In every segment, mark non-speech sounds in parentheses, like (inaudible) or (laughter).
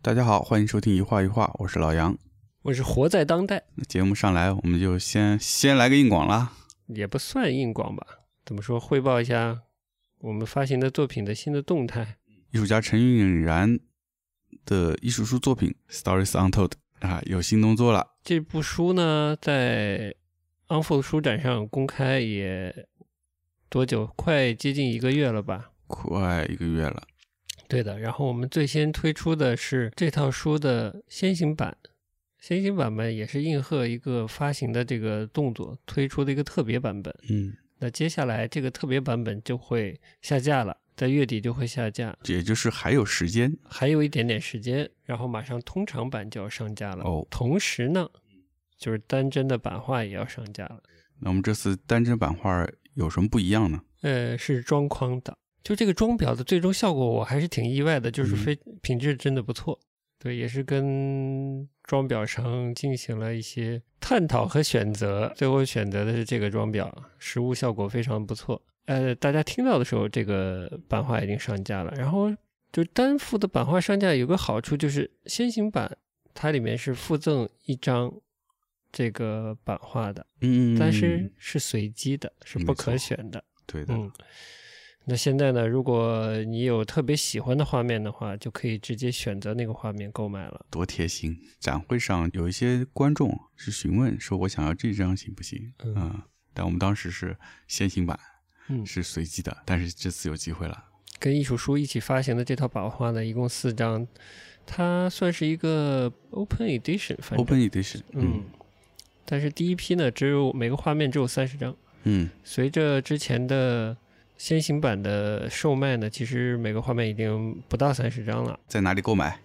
大家好，欢迎收听一画一画，我是老杨。我是活在当代，那节目上来，我们就先先来个硬广啦。也不算硬广吧？怎么说？汇报一下我们发行的作品的新的动态。艺术家陈允然的艺术书作品《Stories Untold》啊，有新动作了。这部书呢，在昂福书展上公开也多久？快接近一个月了吧？快一个月了，对的。然后我们最先推出的是这套书的先行版，先行版本也是应和一个发行的这个动作推出的一个特别版本。嗯，那接下来这个特别版本就会下架了，在月底就会下架。也就是还有时间。还有一点点时间，然后马上通常版就要上架了。哦同时呢，就是单帧的版画也要上架了。那我们这次单帧版画有什么不一样呢？呃，是装框的，就这个装裱的最终效果，我还是挺意外的，就是嗯非、品质真的不错。对，也是跟装裱商进行了一些探讨和选择，最后选择的是这个装裱，实物效果非常不错。呃，大家听到的时候，这个版画已经上架了。然后就单幅的版画上架有个好处就是先行版，它里面是附赠一张这个版画的，嗯，但是是随机的，是不没错可选的。对的，嗯，那现在呢，如果你有特别喜欢的画面的话，就可以直接选择那个画面购买了。多贴心！展会上有一些观众是询问说：“我想要这张行不行？”啊嗯但我们当时是先行版，嗯是随机的，但是这次有机会了。跟艺术书一起发行的这套版画呢，一共四张，它算是一个 open edition，反正 Open Edition，嗯，但是第一批呢，只有每个画面只有三十张。嗯，随着之前的先行版的售卖呢，其实每个画面已经不到三十张了。在哪里购买？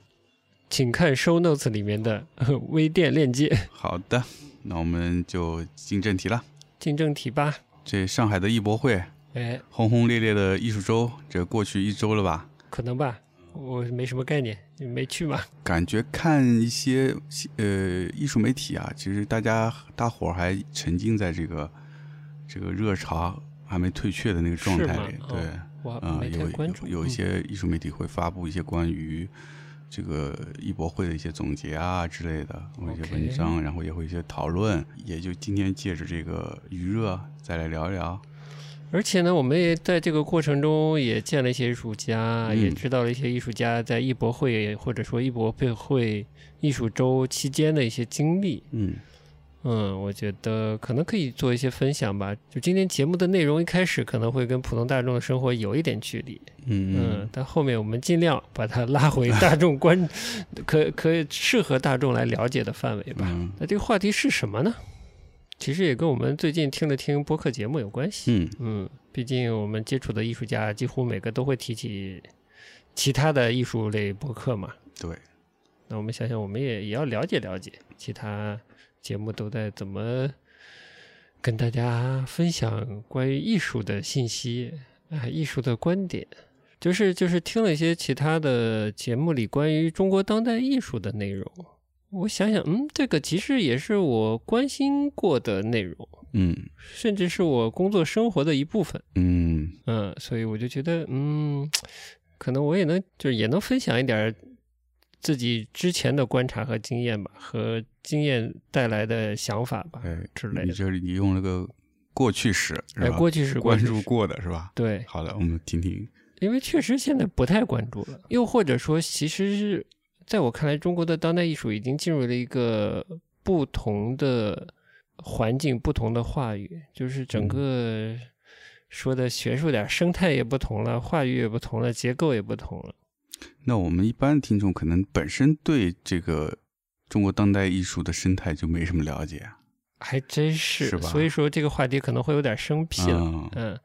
请看 show notes 里面的 (laughs) 呵呵微店链接。好的，那我们就进正题了。进正题吧。这上海的艺博会，哎，轰轰烈烈的艺术周，这过去一周了吧？可能吧，我没什么概念，你没去嘛？感觉看一些呃艺术媒体啊，其实大家大伙儿还沉浸在这个这个热潮还没退却的那个状态里是吗。哦对，我啊、没太关注。嗯有有有一些艺术媒体会发布一些关于这个艺博会的一些总结啊之类的，或者一些 OK 文章，然后也会一些讨论。也就今天借着这个余热再来聊一聊。嗯，而且呢，我们也在这个过程中也见了一些艺术家，嗯也知道了一些艺术家在艺博会或者说艺博会会艺术周期间的一些经历。嗯，嗯，我觉得可能可以做一些分享吧。就今天节目的内容一开始可能会跟普通大众的生活有一点距离，嗯嗯，但后面我们尽量把它拉回大众关， (laughs) 可可以适合大众来了解的范围吧。嗯那这个话题是什么呢？其实也跟我们最近听了听播客节目有关系。嗯，嗯，毕竟我们接触的艺术家几乎每个都会提起其他的艺术类播客嘛。对，那我们想想，我们也也要了解了解其他节目都在怎么跟大家分享关于艺术的信息啊、艺术的观点。就是就是听了一些其他的节目里关于中国当代艺术的内容，我想想，嗯，这个其实也是我关心过的内容，嗯甚至是我工作生活的一部分。嗯嗯，所以我就觉得，嗯，可能我也能，就是也能分享一点儿自己之前的观察和经验吧，和经验带来的想法吧。哎，之类的你这里你用了个过去时，是哎，吧过去是过关去注式过的是吧？对，好的，我们听听。因为确实现在不太关注了，又或者说，其实是在我看来，中国的当代艺术已经进入了一个不同的环境、不同的话语，就是嗯整个说的学术点儿，生态也不同了，话语也不同了，结构也不同了。那我们一般听众可能本身对这个中国当代艺术的生态就没什么了解啊，还真是，是吧所以说这个话题可能会有点生僻了。嗯嗯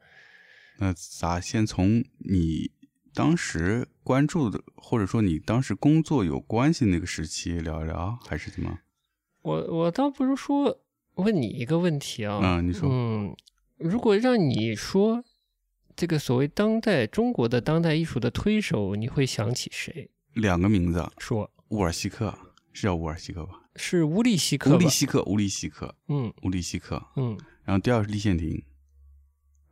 那咱先从你当时关注的，或者说你当时工作有关系那个时期聊一聊，还是怎么？我我倒不如说问你一个问题啊，嗯，你说，嗯，如果让你说这个所谓当代中国的当代艺术的推手，你会想起谁？两个名字啊，说乌尔西克是叫乌尔西克吧？是乌利希乌克吧利？希克，乌利希克，嗯乌利希克。嗯，然后第二是立宪廷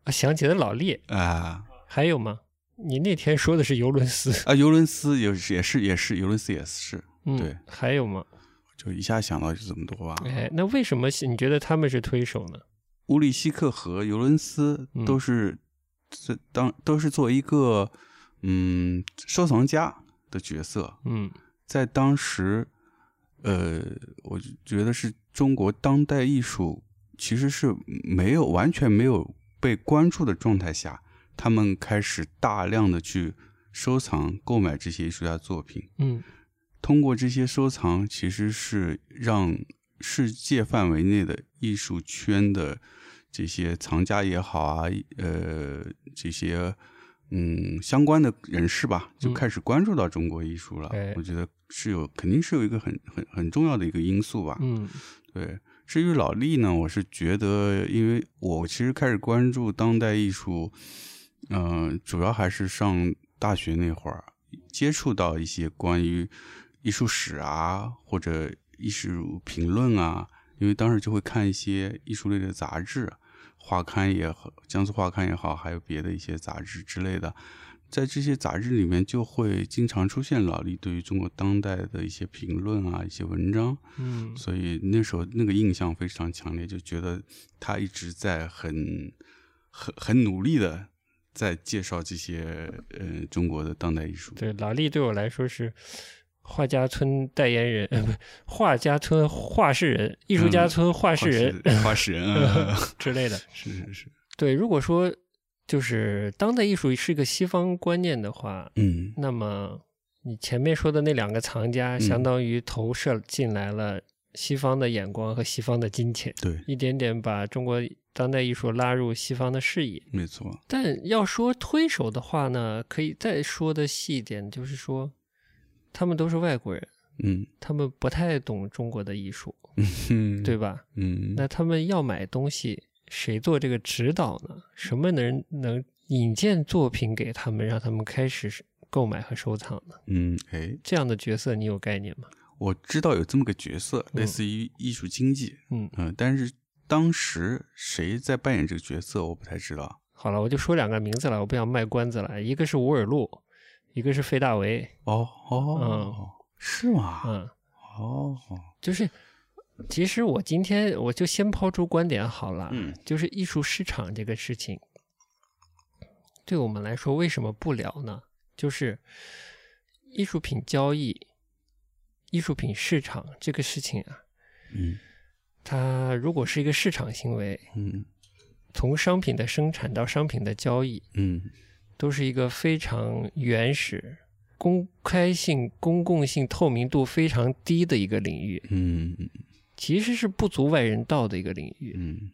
啊想起了老列，啊、还有吗？你那天说的是尤伦斯，啊，尤伦斯也是也是也是尤伦斯也是，嗯，对，还有吗？就一下想到就这么多吧。哎，那为什么你觉得他们是推手呢？乌利希克和尤伦斯嗯都是这当都是作为一个嗯收藏家的角色，嗯在当时，呃，我就觉得是中国当代艺术其实是没有完全没有被关注的状态下，他们开始大量的去收藏、购买这些艺术家的作品。嗯通过这些收藏，其实是让世界范围内的艺术圈的这些藏家也好啊，呃，这些嗯相关的人士吧，就嗯开始关注到中国艺术了。哎我觉得是有，肯定是有一个很很很重要的一个因素吧。嗯对，至于老历呢，我是觉得，因为我其实开始关注当代艺术，嗯、主要还是上大学那会儿接触到一些关于艺术史啊，或者艺术评论啊，因为当时就会看一些艺术类的杂志，画刊也好，江苏画刊也好，还有别的一些杂志之类的。在这些杂志里面，就会经常出现老历对于中国当代的一些评论啊，一些文章。嗯所以那时候那个印象非常强烈，就觉得他一直在很很很努力的在介绍这些呃中国的当代艺术。对，老力对我来说是画家村代言人，呃，不，画家村画事人，艺术家嗯村画画事人、 (laughs) 画石人啊，之类的。是是是，对，如果说就是当代艺术是一个西方观念的话，嗯那么你前面说的那两个藏家，嗯相当于投射进来了西方的眼光和西方的金钱，对，一点点把中国当代艺术拉入西方的视野。没错，但要说推手的话呢，可以再说的细一点，就是说他们都是外国人，嗯他们不太懂中国的艺术，嗯 (laughs) 对吧？嗯那他们要买东西，谁做这个指导呢？什么人能引荐作品给他们，让他们开始购买和收藏呢？嗯哎，这样的角色你有概念吗？我知道有这么个角色，嗯类似于艺术经济，嗯嗯，但是当时谁在扮演这个角色，我不太知道。好了，我就说两个名字了，我不想卖关子了。一个是乌尔路，一个是费大为。哦哦，是吗？嗯，哦，就是其实我今天我就先抛出观点好了，嗯就是艺术市场这个事情，对我们来说为什么不聊呢？就是艺术品交易、艺术品市场这个事情啊，嗯它如果是一个市场行为，嗯。从商品的生产到商品的交易，嗯都是一个非常原始、公开性、公共性、透明度非常低的一个领域，嗯嗯其实是不足外人道的一个领域。嗯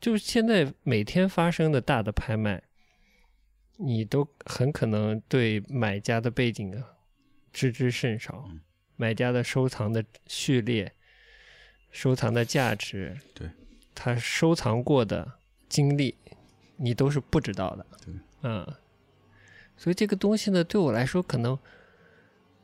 就是现在每天发生的大的拍卖，你都很可能对买家的背景啊知之甚少嗯，买家的收藏的序列、收藏的价值，对他收藏过的经历，你都是不知道的。对，嗯，所以这个东西呢，对我来说可能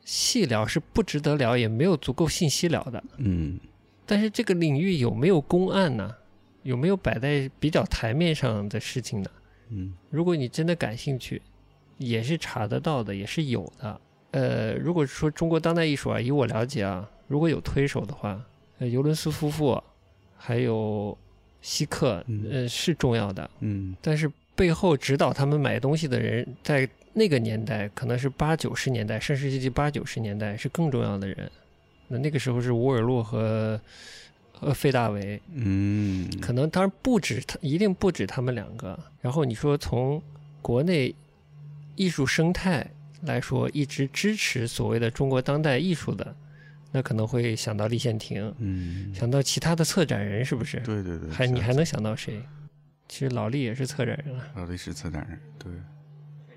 细聊是不值得聊，也没有足够信息聊的。嗯但是这个领域有没有公案呢？有没有摆在比较台面上的事情呢？嗯如果你真的感兴趣，也是查得到的，也是有的。呃，如果说中国当代艺术啊，以我了解啊，如果有推手的话，呃，尤伦斯夫妇还有希克，嗯呃，是重要的。嗯但是背后指导他们买东西的人，在那个年代，可能是八九十年代，甚至世纪八九十年代是更重要的人。那那个时候是乌尔洛和呃费大为，嗯，可能当然不止他，一定不止他们两个。然后你说从国内艺术生态来说，一直支持所谓的中国当代艺术的，那可能会想到立宪亭，嗯，想到其他的策展人，是不是？对对对，还你还能想到谁？其实老力也是策展人啊。老历史策展人对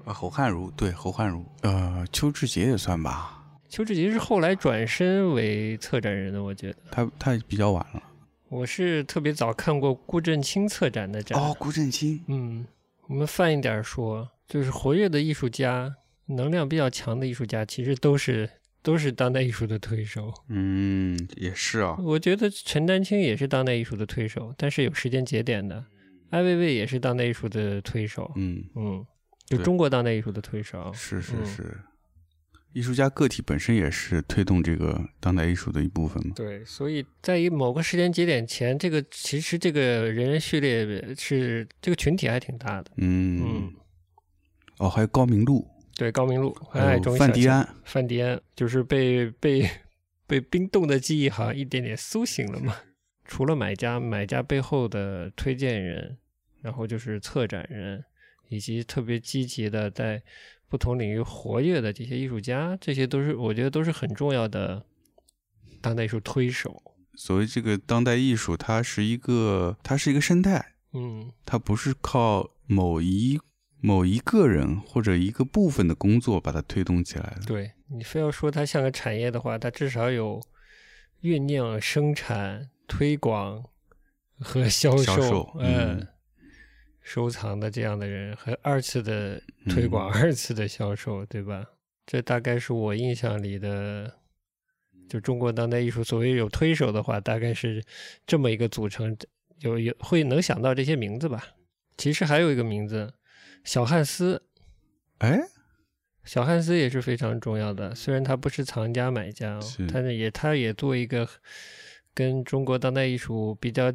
啊，侯汉儒对侯汉儒，呃，邱志杰也算吧，邱志杰是后来转身为策展人的，我觉得他他比较晚了。我是特别早看过顾振清策展的展。哦，顾振清，嗯，我们泛一点说，就是活跃的艺术家，能量比较强的艺术家，其实都是都是当代艺术的推手。嗯，也是啊，我觉得陈丹青也是当代艺术的推手，但是有时间节点的。艾薇薇也是当代艺术的推手。嗯嗯，就对中国当代艺术的推手。 (laughs) 是是嗯是，艺术家个体本身也是推动这个当代艺术的一部分嘛。对，所以在于某个时间节点前，这个其实这个人人序列是这个群体还挺大的。嗯，嗯，哦，还有高明路，对，高明路、还哎，有钟范迪安。安，范迪安，就是被被被冰冻的记忆好像一点点苏醒了嘛。除了买家，买家背后的推荐人，然后就是策展人，以及特别积极的在不同领域活跃的这些艺术家，这些都是我觉得都是很重要的当代艺术推手。所谓这个当代艺术，它是一个，它是一个生态，嗯，它不是靠某一某一个人或者一个部分的工作把它推动起来的。对你非要说它像个产业的话，它至少有酝酿、生产、推广和销售，销售嗯，嗯收藏的这样的人和二次的推嗯广、二次的销售，对吧？这大概是我印象里的，就中国当代艺术所谓有推手的话，大概是这么一个组成，有有会能想到这些名字吧？其实还有一个名字，小汉斯，哎，小汉斯也是非常重要的，虽然他不是藏家买家、哦是，但是也他也做一个跟中国当代艺术比较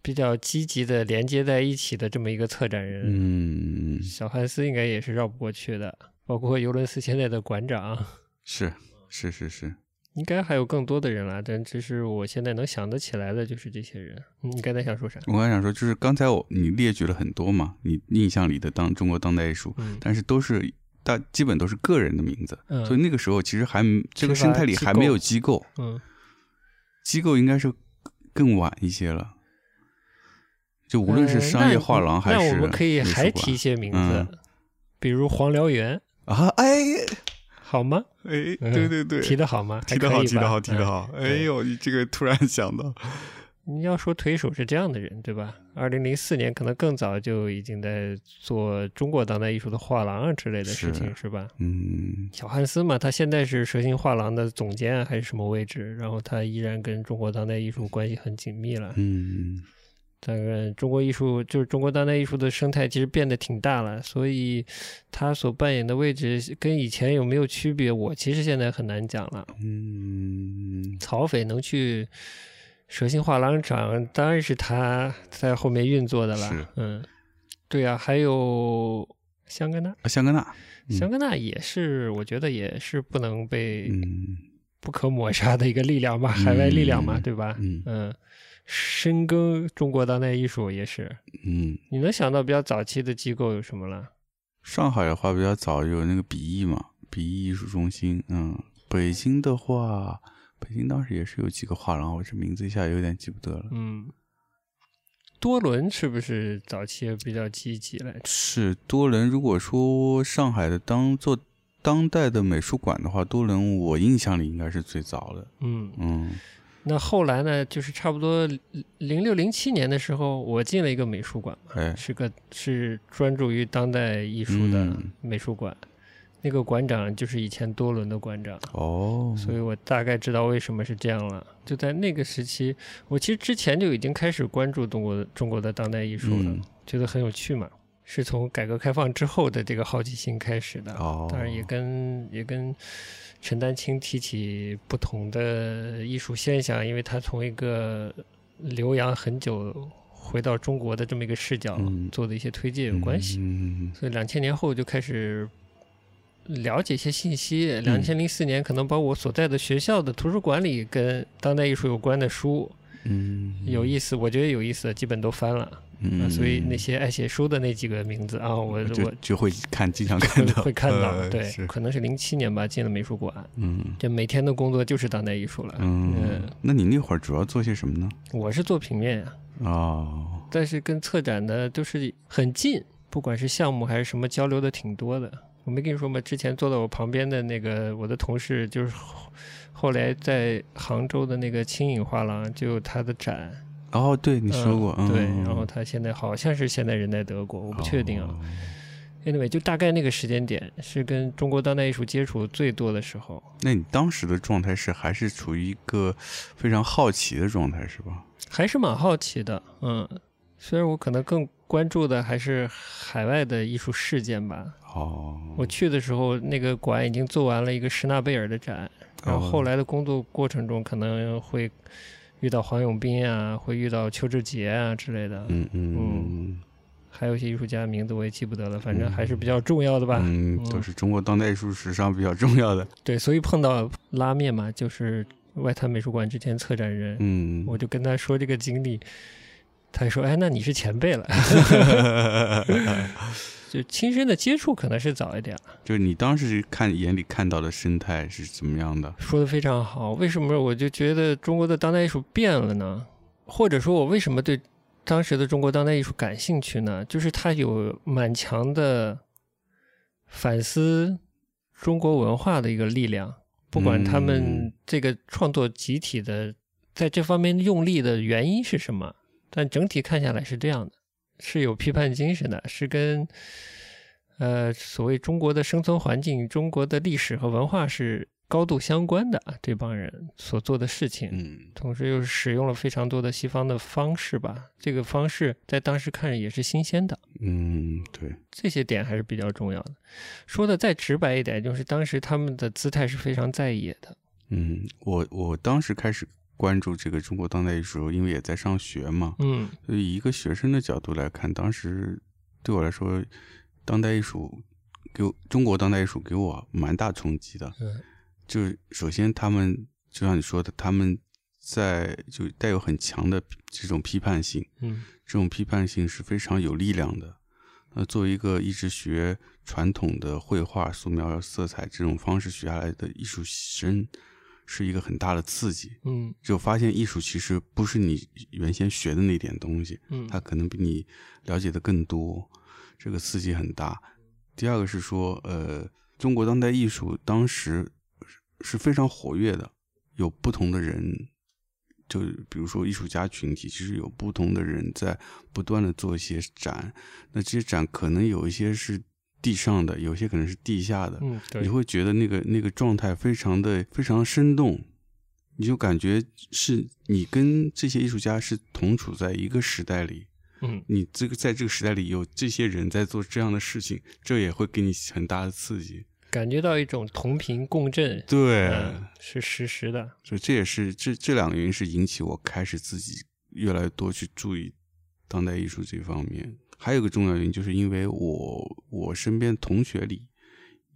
比较积极的连接在一起的这么一个策展人。嗯，小汉斯应该也是绕不过去的，包括尤伦斯现在的馆长，是是是是，应该还有更多的人啦，但只是我现在能想得起来的就是这些人。嗯你刚才想说啥？我刚想说，就是刚才我你列举了很多嘛，你印象里的当中国当代艺术，嗯，但是都是大基本都是个人的名字，嗯所以那个时候其实还这个缺乏生态里机还没构有机构，嗯，机构应该是更晚一些了。就无论是呃商业那画廊还是、那美我们可以术还馆提一些名字，嗯比如黄燎原，啊，哎好吗？哎，嗯对对对，提的好吗？(laughs) 提还得可好，以提得吧好，提得。嗯好，哎对呦，你这个突然想到，你要说推手是这样的人，对吧？二零零四年可能更早就已经在做中国当代艺术的画廊啊之类的事情，是吧？嗯，小汉斯嘛，他现在是蛇形画廊的总监啊还是什么位置？然后他依然跟中国当代艺术关系很紧密了。嗯，当然，中国艺术就是中国当代艺术的生态，其实变得挺大了，所以他所扮演的位置跟以前有没有区别，我其实现在很难讲了。嗯，曹斐能去蛇形画廊长，当然是他在后面运作的是了。嗯，对啊，还有香格纳，啊香格纳，嗯香格纳也是，我觉得也是不能被嗯不可抹杀的一个力量吧，海外力量嘛，嗯对吧？嗯嗯，深耕中国当代艺术也是。嗯，你能想到比较早期的机构有什么了？上海的话比较早有那个笔译嘛，笔译艺术中心，嗯，北京的话，北京当时也是有几个画廊，我这名字一下有点记不得了，嗯，多伦是不是早期比较积极来着？是多伦。如果说上海的当做当代的美术馆的话，多伦我印象里应该是最早的。嗯，嗯那后来呢，就是差不多零六零七年的时候，我进了一个美术馆嘛，哎是个是专注于当代艺术的嗯美术馆。那个馆长就是以前多伦的馆长，哦，所以我大概知道为什么是这样了。就在那个时期，我其实之前就已经开始关注中国的中国的当代艺术了，嗯觉得很有趣嘛。是从改革开放之后的这个好奇心开始的，哦，当然也跟也跟陈丹青提起不同的艺术现象，因为他从一个留洋很久回到中国的这么一个视角、嗯做的一些推介有关系。嗯所以两千年后就开始了解一些信嗯息。两千零四年可能把我所在的学校的图书馆里跟当代艺术有关的书，嗯，有意思，我觉得有意思的基本都翻了。嗯，啊所以那些爱写书的那几个名字啊，我就我就会看，经常看会到，会看到，呃对，是可能是零七年吧，进了美术馆，嗯这每天的工作就是当代艺术了。呃嗯，那你那会儿主要做些什么呢？我是做平面呀，啊哦，但是跟策展的都是很近，不管是项目还是什么，交流的挺多的。我没跟你说吗？之前坐在我旁边的那个我的同事，就是后后来在杭州的那个轻影画廊，就有他的展。哦，对你说过，嗯，嗯对，然后他现在好像是现在人在德国，我我不确哦定啊。，Anyway，就大概那个时间点是跟中国当代艺术接触最多的时候。那你当时的状态是还是处于一个非常好奇的状态是吧？还是蛮好奇的，嗯，虽然我可能更关注的还是海外的艺术事件吧。哦，我去的时候，那个馆已经做完了一个施纳贝尔的展，哦然后后来的工作过程中可能会遇到黄永斌啊，会遇到邱志杰啊之类的，嗯嗯还有一些艺术家名字我也记不得了，反正嗯还是比较重要的吧。嗯，都是中国当代艺术史上比较重 (laughs) 要的。对，所以碰到拉面嘛，就是外滩美术馆之前策展人，嗯，我就跟他说这个经历，他就说：“哎，那你是前辈了。”就亲身的接触可能是早一点了。就是你当时看眼里看到的生态是怎么样的？说的非常好，为什么我就觉得中国的当代艺术变了呢？或者说，我为什么对当时的中国当代艺术感兴趣呢？就是它有蛮强的反思中国文化的一个力量，不管他们嗯这个创作集体的在这方面用力的原因是什么，但整体看下来是这样的，是有批判精神的，是跟呃所谓中国的生存环境、中国的历史和文化是高度相关的。啊这帮人所做的事情，嗯同时又使用了非常多的西方的方式吧，这个方式在当时看着也是新鲜的。嗯，对，这些点还是比较重要的。说的再直白一点，就是当时他们的姿态是非常在野的。嗯，我我当时开始关注这个中国当代艺术，因为也在上学嘛，嗯所以以一个学生的角度来看，当时对我来说，当代艺术给我中国当代艺术给我蛮大冲击的。嗯就是首先他们就像你说的，他们在就带有很强的这种批判性，嗯这种批判性是非常有力量的。那作为一个一直学传统的绘画、素描、色彩这种方式学下来的艺术生，是一个很大的刺激。嗯就发现艺术其实不是你原先学的那点东西，嗯他可能比你了解的更多，这个刺激很大。第二个是说，呃，中国当代艺术当时是是非常活跃的，有不同的人，就比如说艺术家群体，其实有不同的人在不断的做一些展，那这些展可能有一些是地上的，有些可能是地下的，嗯，你对，会觉得那个那个状态非常的非常生动，你就感觉是你跟这些艺术家是同处在一个时代里，嗯你这个在这个时代里有这些人在做这样的事情，这也会给你很大的刺激。感觉到一种同频共振，对，嗯，是实时的。所以这也是这这两个原因是引起我开始自己越来越多去注意当代艺术这方面。还有一个重要原因，就是因为我我身边同学里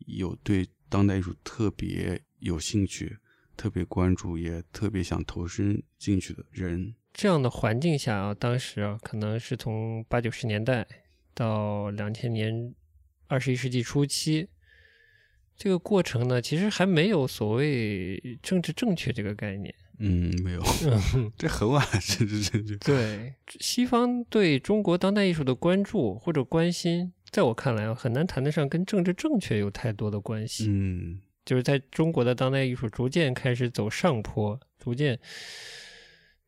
有对当代艺术特别有兴趣、特别关注，也特别想投身进去的人。这样的环境下啊，当时啊，可能是从八九十年代到两千年二十一世纪初期，这个过程呢，其实还没有所谓政治正确这个概念。嗯，没有， (laughs) 这很晚，甚至甚至，对，西方对中国当代艺术的关注或者关心，在我看来啊，很难谈得上跟政治正确有太多的关系。嗯就是在中国的当代艺术逐渐开始走上坡，逐渐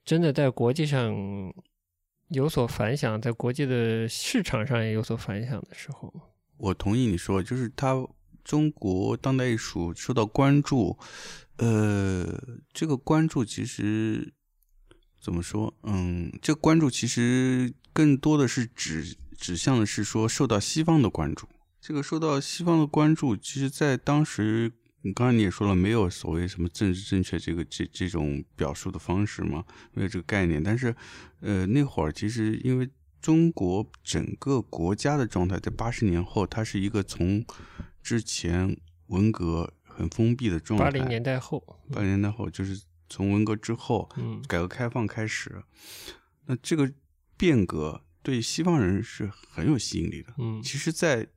真的在国际上有所反响，在国际的市场上也有所反响的时候，我同意你说，就是它中国当代艺术受到关注，呃，这个关注其实怎么说？嗯，这个关注其实更多的是指指向的是说受到西方的关注。这个受到西方的关注，其实在当时，你刚才你也说了，没有所谓什么政治正确这个这这种表述的方式嘛，没有这个概念。但是，呃，那会儿其实因为中国整个国家的状态，在八十年后，它是一个从之前文革很封闭的状态，八零年代后，八零年代后，就是从文革之后，嗯改革开放开始，那这个变革对西方人是很有吸引力的。嗯其实，在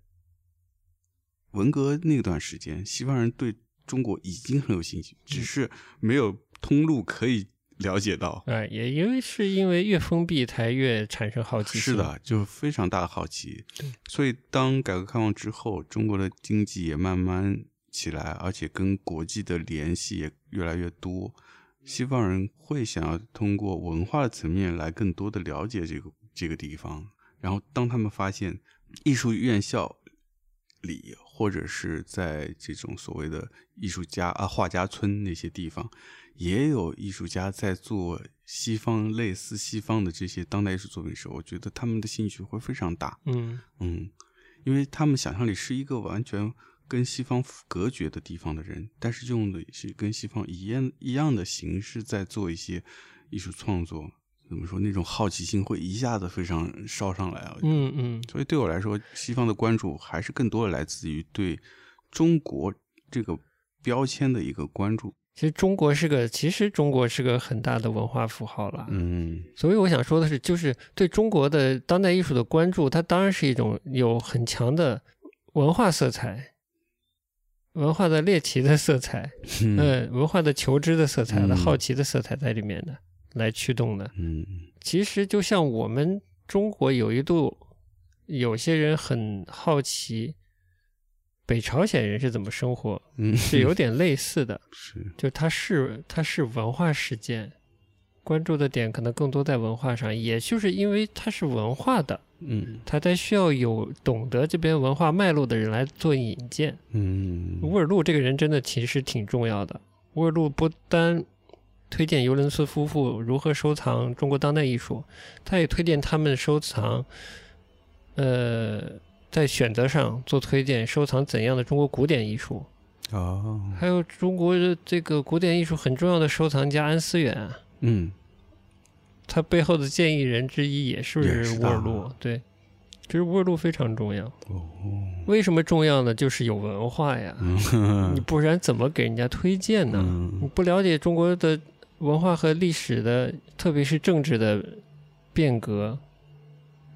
文革那段时间，西方人对中国已经很有兴趣，嗯只是没有通路可以了解到。哎，也因为是因为越封闭才越产生好奇心，是，的，就非常大的好奇对。所以，当改革开放之后，中国的经济也慢慢起来，而且跟国际的联系也越来越多。西方人会想要通过文化层面来更多的了解这个这个地方。然后，当他们发现艺术院校里或者是在这种所谓的艺术家啊、画家村那些地方，也有艺术家在做西方类似西方的这些当代艺术作品时，我觉得他们的兴趣会非常大。嗯嗯，因为他们想象力是一个完全跟西方隔绝的地方的人，但是用的是跟西方一样一样的形式在做一些艺术创作。怎么说？那种好奇心会一下子非常烧上来啊！我觉得嗯嗯所以对我来说，西方的关注还是更多的来自于对中国这个标签的一个关注。其实中国是个，其实中国是个很大的文化符号了。嗯所以我想说的是，就是对中国的当代艺术的关注，它当然是一种有很强的文化色彩、文化的猎奇的色彩， (laughs) 嗯，文化的求知的色彩、嗯的好奇的色彩在里面的，来驱动的。嗯其实就像我们中国有一度，有些人很好奇北朝鲜人是怎么生活，嗯，是有点类似的。是就它是它是文化事件，关注的点可能更多在文化上，也就是因为它是文化的，嗯它才需要有懂得这边文化脉络的人来做引荐。嗯乌尔路这个人真的其实挺重要的，乌尔路不单。推荐尤伦斯夫妇如何收藏中国当代艺术，他也推荐他们收藏，呃，在选择上做推荐，收藏怎样的中国古典艺术，哦还有中国的这个古典艺术很重要的收藏家安思远啊，嗯他背后的建议人之一也是也是沃他尔路。对，其实沃尔路非常重要。哦为什么重要呢？就是有文化呀，你嗯不然怎么给人家推荐呢？你嗯不了解中国的文化和历史的，特别是政治的变革，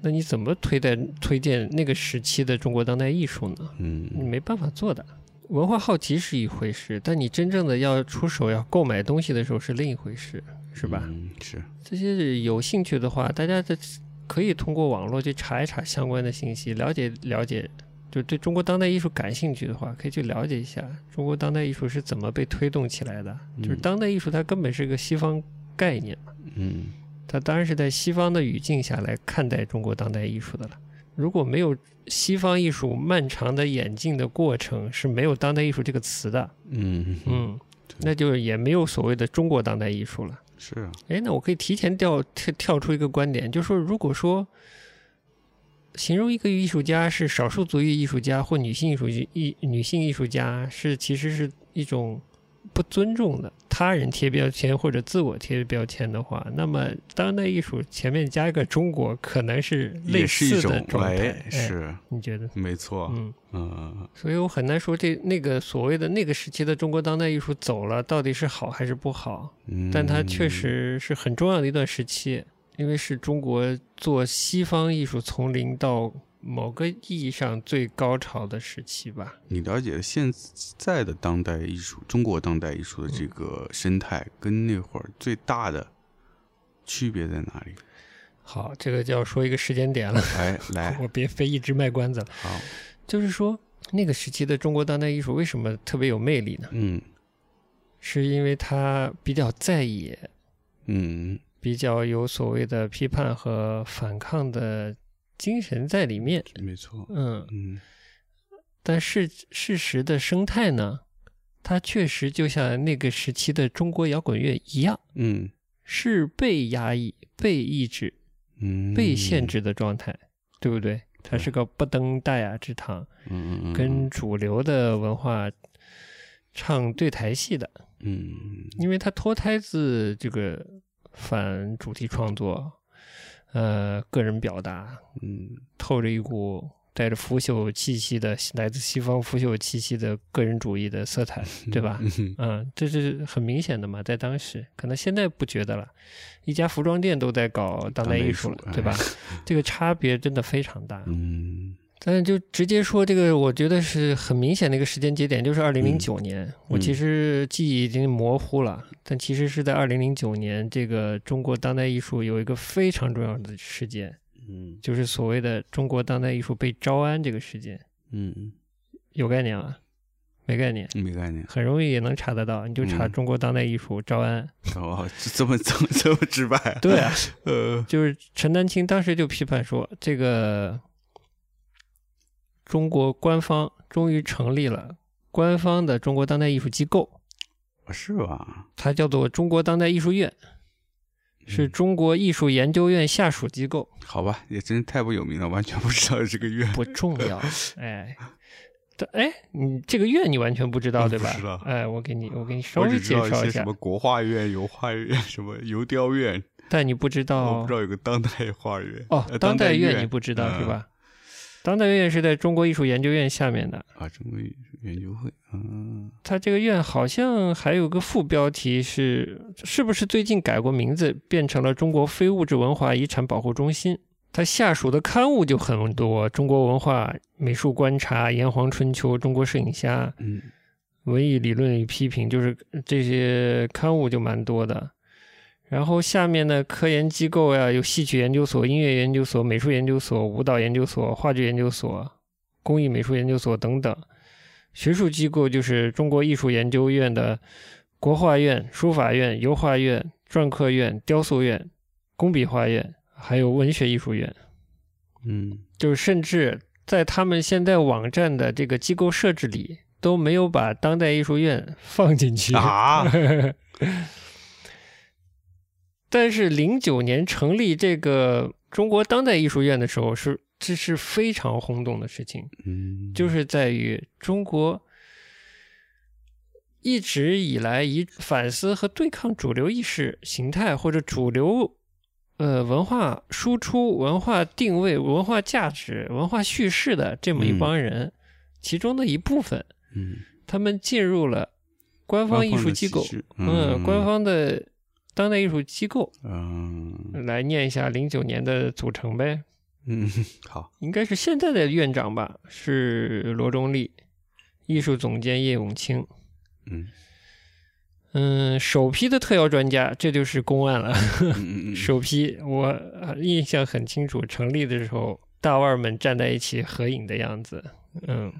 那你怎么推荐推荐那个时期的中国当代艺术呢？你嗯没办法做的。文化好奇是一回事，但你真正的要出手要购买东西的时候是另一回事，是吧？嗯是这些有兴趣的话，大家这可以通过网络去查一查相关的信息，了解了解。就对中国当代艺术感兴趣的话，可以去了解一下中国当代艺术是怎么被推动起来的。就是嗯当代艺术它根本是个西方概念。嗯他当然是在西方的语境下来看待中国当代艺术的了。如果没有西方艺术漫长的演进的过程，是没有当代艺术这个词的。嗯嗯，对那就也没有所谓的中国当代艺术了。是啊哎，那我可以提前调跳跳出一个观点，就是说，如果说形容一个艺术家是少数族裔艺术家或女性艺术艺女性艺术家，是其实是一种不尊重的他人贴标签或者自我贴标签的话，那么当代艺术前面加一个中国，可能是类也是一似种的状态。哎哎是你觉得？没错嗯，嗯所以我很难说这那个所谓的那个时期的中国当代艺术走了，到底是好还是不好？嗯但它确实是很重要的一段时期，因为是中国做西方艺术从零到某个意义上最高潮的时期吧。你了解现在的当代艺术，中国当代艺术的嗯这个生态，跟那会儿最大的区别在哪 (laughs) 里？好，这个就要说一个时间点了，来来， (laughs) 我别非一直卖关子了。好，就是说，那个时期的中国当代艺术为什么特别有魅力呢？嗯是因为它比较在野，嗯比较有所谓的批判和反抗的精神在里面。没错，嗯，嗯但事事实的生态呢，它确实就像那个时期的中国摇滚乐一样，嗯是被压抑、被抑制、嗯，被限，制的状态，对不对？它是个不登大雅之堂，嗯嗯，跟主流的文化唱对台戏的，嗯因为它脱胎自这个反主题创作，呃，个人表达，嗯透着一股带着腐朽气息的来自西方腐朽气息的个人主义的 (laughs) 色彩，对吧？嗯嗯，这是很明显的嘛，在当时，可能现在不觉得了，一家服装店都在搞当代艺术了，当代艺术哎对吧？ (laughs) 这个差别真的非常大。嗯但是就直接说这个，我觉得是很明显的一个时间节点，就是二零零九年。嗯我其实记忆已经模糊了，但其实是在二零零九年，这个中国当代艺术有一个非常重要的事件，嗯就是所谓的中国当代艺术被招安这个事件，嗯，有概念吗？没概念，没概念，很容易也能查得到，你就查嗯中国当代艺术招安。哦，这么这么这么直白，对，啊，呃， (laughs) 就是陈丹青当时就批判说，这个中国官方、终于成立了官方的中国当代艺术机构，是吧？它叫做中国当代艺术院，是嗯中国艺术研究院下属机构，好吧，也真是太不有名了，完全不知道有这个院。 (laughs) 不重要。 (laughs) 哎，但哎，你这个院你完全不知道嗯对不吧知道？哎，我给你我给你稍我微只知介道一绍些下什么，国画院、油画院、什么油雕院，但你不知我道不知道有个当代画院哦呃，当代代院你不知道是嗯吧？当代院是在中国艺术研究院下面的，啊，中国艺术研究会，嗯，它这个院好像还有个副标题是，是不是最近改过名字，变成了中国非物质文化遗产保护中心？它下属的刊物就很多，《中国文化美术观察》《炎黄春秋》《中国摄影家》嗯，文艺理论与批评，就是这些刊物就蛮多的。然后下面的科研机构呀，有戏曲研究所、音乐研究所、美术研究所、舞蹈研究所、话剧研究所、工艺美术研究所等等。学术机构就是中国艺术研究院的国画院、书法院、油画院、篆刻院、雕塑院、工笔画院，还有文学艺术院。嗯，就是甚至在他们现在网站的这个机构设置里都没有把当代艺术院 (laughs) 放进去。啊， (laughs) 但是零九年成立这个中国当代艺术院的时候是，这是非常轰动的事情，嗯，就是在于中国。一直以来以反思和对抗主流意识形态或者主流呃文化输出、文化定位、文化价值、文化叙事的这么一嗯帮人，其中的一部分，嗯，他们进入了官官方艺术机构，嗯，嗯，官，方的当代艺术机构嗯来念一下零九年的组成呗，嗯，好，应该是现在的院长吧，是罗中立，艺术总监叶永清。嗯，嗯，首批的特邀专家，这就是公案了。嗯嗯嗯，首批我呃印象很清楚，成立的时候大腕儿们站在一起合影的样子。嗯，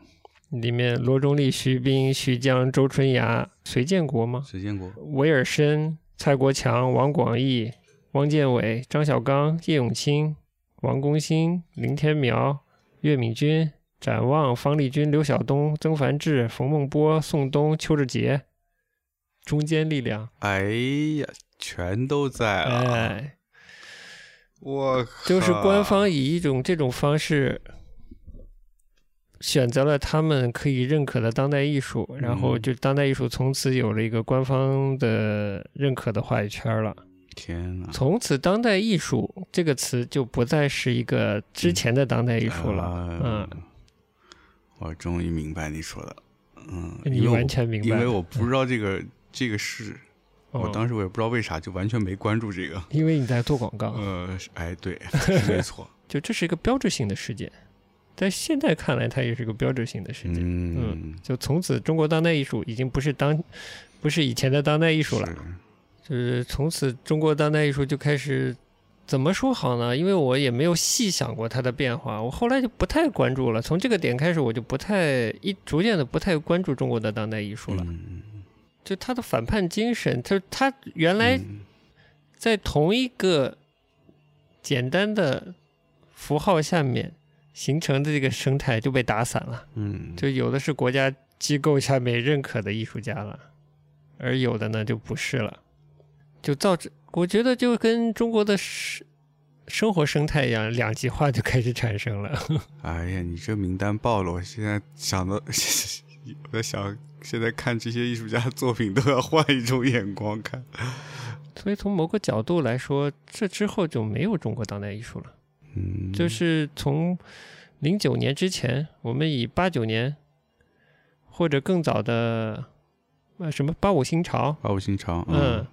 里面罗中立、徐冰、徐江、周春芽、隋建国吗？谁见过？韦尔申、蔡国强、王广义、汪建伟、张小刚、叶永清、王功兴、林天苗、岳敏君、展望、方立军、刘晓东、曾凡志、冯梦波、宋东、邱志杰，中坚力量，哎呀，全都在了，哎，我就是官靠方以一种这种方式。选择了他们可以认可的当代艺术，然后嗯就当代艺术从此有了一个官方的认可的话语权了。天哪，从此，当代艺术这个词就不再是一个之前的当代艺术了。啊嗯，我终于明白你说的，嗯，因哎你为我完全明白嗯因了，为我不知道这个这个事，我嗯当时我也不知道为啥，就完全没关注这个。因为你在做广告，呃，是哎，对，是没错。就这是一个标志性的事件，在现在看来，它也 (laughs) 是一个标志性的事件。嗯，就从此，中国当代艺术已经不是当不是以前的当代艺术了，是就是从此中国当代艺术就开始怎么说好呢？因为我也没有细想过它的变化，我后来就不太关注了。从这个点开始，我就不太一逐渐的不太关注中国的当代艺术了。嗯就他的反叛精神，他他原来嗯在同一个简单的符号下面形成的这个生态就被打散了，嗯，就有的是国家机构下面认可的艺术家了，而有的呢就不是了，就造成我觉得就跟中国的生生活生态一样，两极化就开始产生了。 (laughs) 哎呀，你这名单爆了，我现在想到， (laughs) 我在想，现在看这些艺术家的作品都要换一种眼光看。嗯所以从某个角度来说，这之后就没有中国当代艺术了。嗯，就是从零九年之前，我们以八九年或者更早的呃什么八五新潮，八五新潮，嗯，，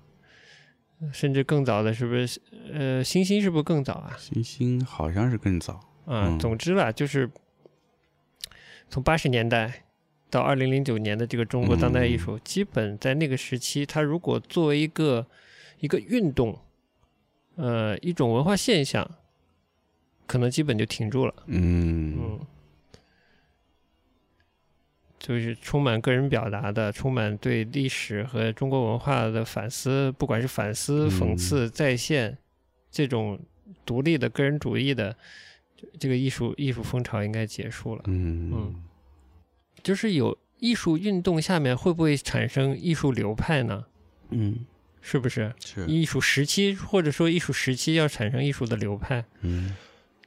甚至更早的是不是呃新星是不是更早啊？星星好像是更早，啊，嗯总之啦，就是从八十年代到二零零九年的这个中国当代艺嗯术，基本在那个时期，它如果作为一个一个运动，呃，一种文化现象，可能基本就停住了。嗯嗯，就是充满个人表达的，充满对历史和中国文化的反思，不管是反思、嗯讽刺、再现这种独立的个人主义的这这个艺术艺术风潮应该结束了。嗯嗯就是有艺术运动下面会不会产生艺术流派呢？嗯，是不是？是，艺术时期或者说艺术时期要产生艺术的流派，嗯，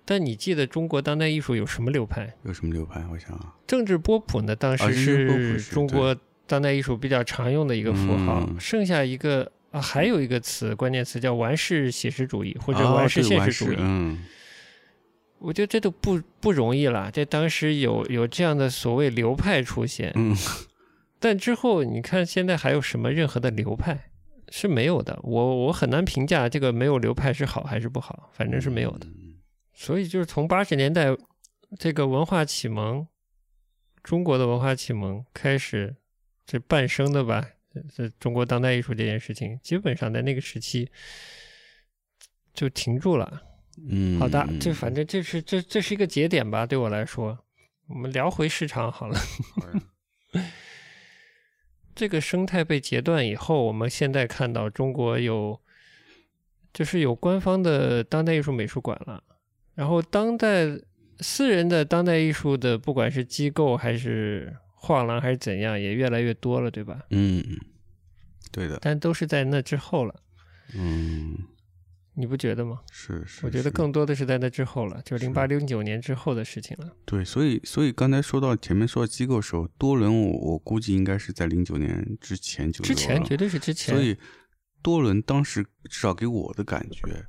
但你记得中国当代艺术有什么流派？有什么流派？我想啊，政治波普呢，当啊政时治波普是是中国当代艺术比较常用的一个符号。嗯剩下一个啊，还有一个词，关键词叫完事写实主义或者啊完事对现完实主义。嗯我觉得这都不不容易了。这当时有有这样的所谓流派出现，嗯，但之后你看现在还有什么任何的流派是没有的。我我很难评价这个没有流派是好还是不好，反正是没有的。所以就是从八十年代这个文化启蒙，中国的文化启蒙开始，这半生的吧，这中国当代艺术这件事情，基本上在那个时期就停住了。嗯，好的，这嗯反正这是这这是一个节点吧，对我来说，我们聊回市场好了。好呀 (laughs) 这个生态被截断以后，我们现在看到中国有，就是有官方的当代艺术美术馆了，然后当代私人的当代艺术的，不管是机构还是画廊还是怎样，也越来越多了，对吧？嗯，嗯对的，但都是在那之后了，嗯，你不觉得吗？是是，我觉得是更多的是在那之后了，就是是零八零九年之后的事情了。对，所以所以刚才说到前面说到机构的时候，多伦我我估计应该是在零九年之前就之有前了绝对是之前，所以多伦当时至少给我的感觉，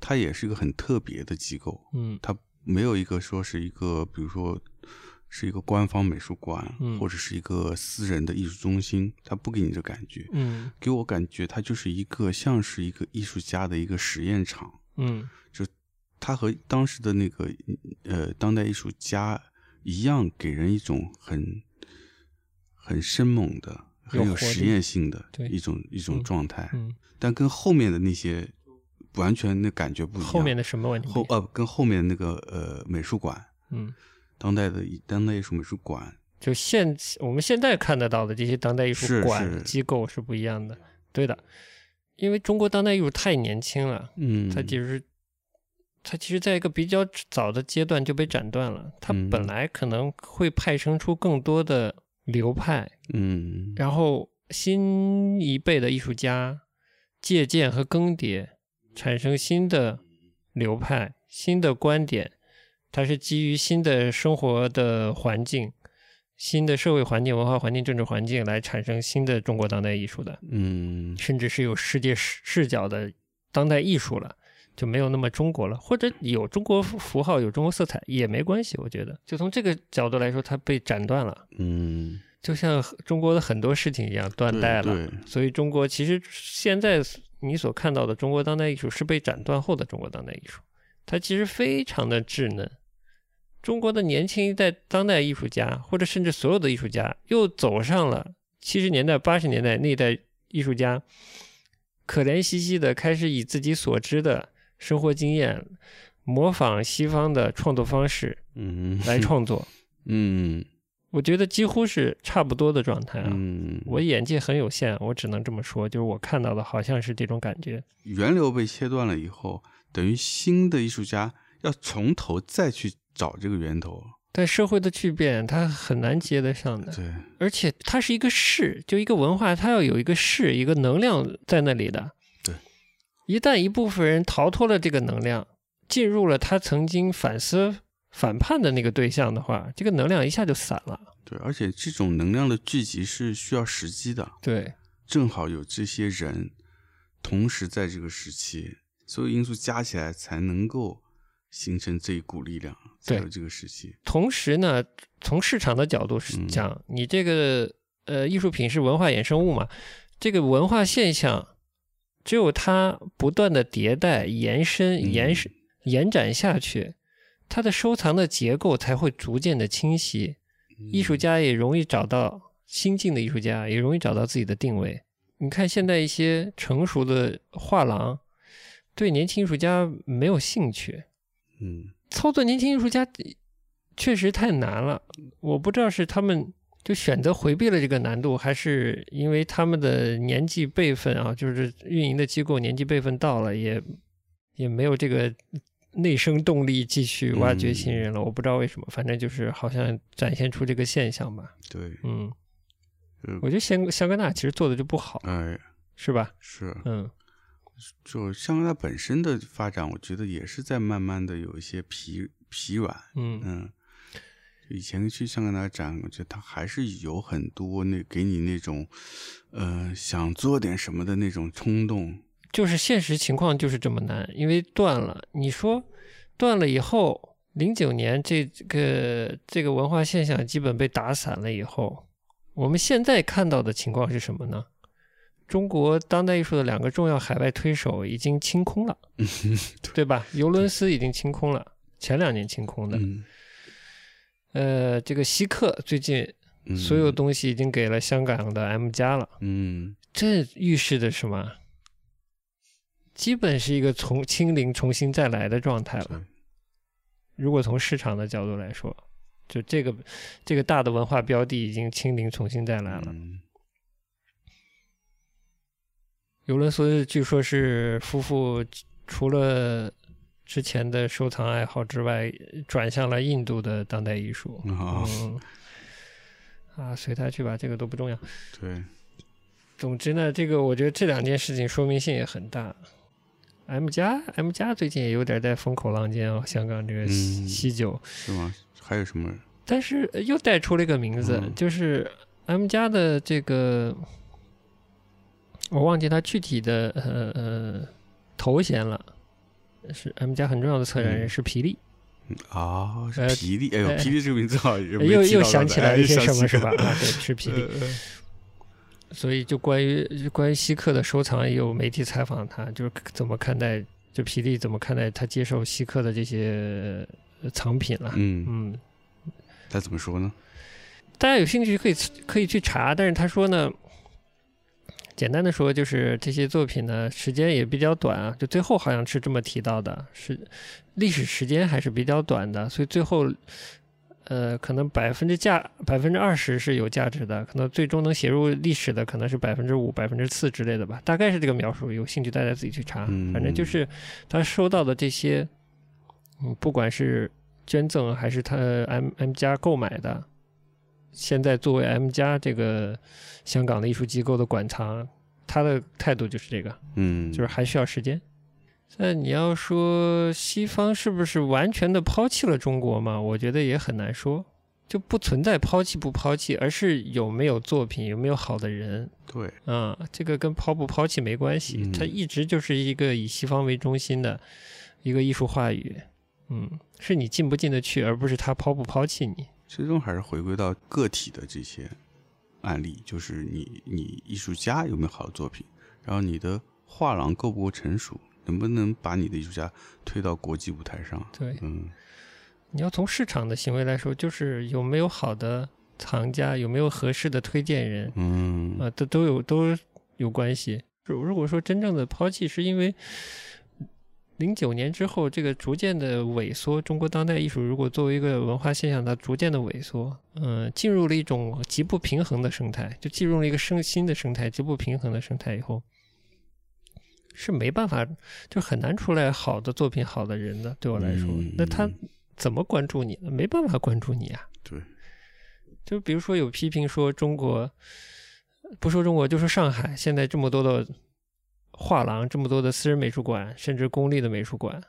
它也是一个很特别的机构，嗯它没有一个说是一个，比如说是一个官方美术馆，嗯或者是一个私人的艺术中心，它不给你这感觉，嗯给我感觉它就是一个像是一个艺术家的一个实验场，嗯它和当时的那个呃当代艺术家一样，给人一种很很生猛的、很有有活实力验性的对一种一嗯种状态。嗯，但跟后面的那些完全那感觉不一样。后面的什么问题？后呃，跟后面那个呃美术馆，嗯。当代的当代艺术美术馆，就现我们现在看得到的这些当代艺术是馆是机构是不一样的，对的，因为中国当代艺术太年轻了，嗯，它其实它其实在一个比较早的阶段就被斩断了，它嗯本来可能会派生出更多的流派，嗯然后新一辈的艺术家借鉴和更迭，产生新的流派、新的观点。它是基于新的生活的环境、新的社会环境、文化环境、政治环境来产生新的中国当代艺术的，嗯甚至是有世界视视角的当代艺术了。就没有那么中国了，或者有中国符符号、有中国色彩也没关系，我觉得，就从这个角度来说，它被斩断了。嗯，就像中国的很多事情一样断代了。对，对所以中国其实现在你所看到的中国当代艺术是被斩断后的中国当代艺术，它其实非常的稚嫩。中国的年轻一代当代艺术家，或者甚至所有的艺术家，又走上了七十年代、八十年代那一代艺术家，可怜兮兮的开始以自己所知的生活经验，模仿西方的创作方式嗯来，创作。嗯我觉得几乎是差不多的状态啊。嗯，我眼界很有限，我只能这么说，就是我看到的好像是这种感觉。源流被切断了以后，等于新的艺术家要从头再去找这个源头，但社会的巨变，它很难接得上的，对，而且它是一个势，就一个文化，它要有一个势，一个能量在那里的。对，一旦一部分人逃脱了这个能量，进入了他曾经反思、反叛的那个对象的话，这个能量一下就散了。对，而且这种能量的聚集是需要时机的，对，正好有这些人同时在这个时期，所有因素加起来才能够形成这一股力量，才对有这个时期。同时呢，从市场的角度是嗯讲，你这个呃艺术品是文化衍生物嘛，这个文化现象，只有它不断的迭代、延伸、嗯延伸、延展下去，它的收藏的结构才会逐渐的清晰，嗯艺术家也容易找到新晋的艺术家，也容易找到自己的定位。你看现在一些成熟的画廊，对年轻艺术家没有兴趣，嗯，操作年轻艺术家确实太难了，我不知道是他们就选择回避了这个难度，还是因为他们的年纪辈分啊，就是运营的机构年纪辈分到了，也也没有这个内生动力继续挖掘新人了。我不知道为什么，反正就是好像展现出这个现象吧。对，嗯，呃我觉得香香格纳其实做的就不好，哎，是吧？是，嗯，就香格它本身的发展，我觉得也是在慢慢的有一些疲疲软，嗯嗯，以前去香格达展，我觉得它还是有很多那给你那种，呃，想做点什么的那种冲动。就是现实情况就是这么难，因为断了。你说断了以后，零九年这个这个文化现象基本被打散了以后，我们现在看到的情况是什么呢？中国当代艺术的两个重要海外推手已经清空了，嗯对吧？尤伦斯已经清空了，前两年清空的。嗯，呃，这个希克最近嗯所有东西已经给了香港的 M 加了。嗯这预示着什么？基本是一个从清零重新再来的状态对了。如果从市场的角度来说，就这个这个大的文化标的已经清零重新再来了。嗯尤伦斯据说是夫妇除了之前的收藏爱好之外，转向了印度的当代艺术。啊，嗯，啊，随他去吧，这个都不重要。对，总之呢，这个我觉得这两件事情说明性也很大。M 加 M 加最近也有点在风口浪尖哦，香港这个西嗯西九，是吗？还有什么？但是呃又带出了一个名字，嗯就是 M 加的这个，我忘记它具体的呃呃头衔了，是 M 加很重要的策展人嗯是皮利，嗯啊，是呃皮力。哎呦，哎皮力这个名字 (laughs) 好像也没又记到又刚才想起来 (laughs) 哎一些想什么起是吧？来啊，对，是皮利。呃呃所以就关于关于希克的收藏，也有媒体采访他，就是怎么看待，就皮利怎么看待他接受希克的这些呃藏品了。嗯，嗯，他怎么说呢？大家有兴趣可以可以去查，但是他说呢，简单的说就是这些作品呢时间也比较短啊，就最后好像是这么提到的，是历史时间还是比较短的，所以最后。呃，可能百分之价百分之二十是有价值的，可能最终能写入历史的可能是百分之五、百分之四之类的吧，大概是这个描述。有兴趣大家自己去查，嗯反正就是他收到的这些，嗯，不管是捐赠还是他 M M 加购买的，现在作为 M 加这个香港的艺术机构的馆藏，他的态度就是这个，嗯，就是还需要时间。但你要说西方是不是完全的抛弃了中国嘛？我觉得也很难说，就不存在抛弃不抛弃，而是有没有作品，有没有好的人对，啊、这个跟抛不抛弃没关系嗯，它一直就是一个以西方为中心的一个艺术话语。嗯，是你进不进得去，而不是他抛不抛弃你。最终还是回归到个体的这些案例，就是你你艺术家有没有好的作品，然后你的画廊够不够成熟，能不能把你的艺术家推到国际舞台上？对，嗯你要从市场的行为来说，就是有没有好的藏家，有没有合适的推荐人嗯啊、都都有都有关系。如如果说真正的抛弃，是因为零九年之后这个逐渐的萎缩，中国当代艺术如果作为一个文化现象，它逐渐的萎缩，嗯、进入了一种极不平衡的生态，就进入了一个生新的生态，极不平衡的生态以后。是没办法，就很难出来好的作品、好的人的。对我来说，嗯那他怎么关注你呢？没办法关注你啊。对，就比如说有批评说中国，不说中国，就说上海现在这么多的画廊，这么多的私人美术馆，甚至公立的美术馆，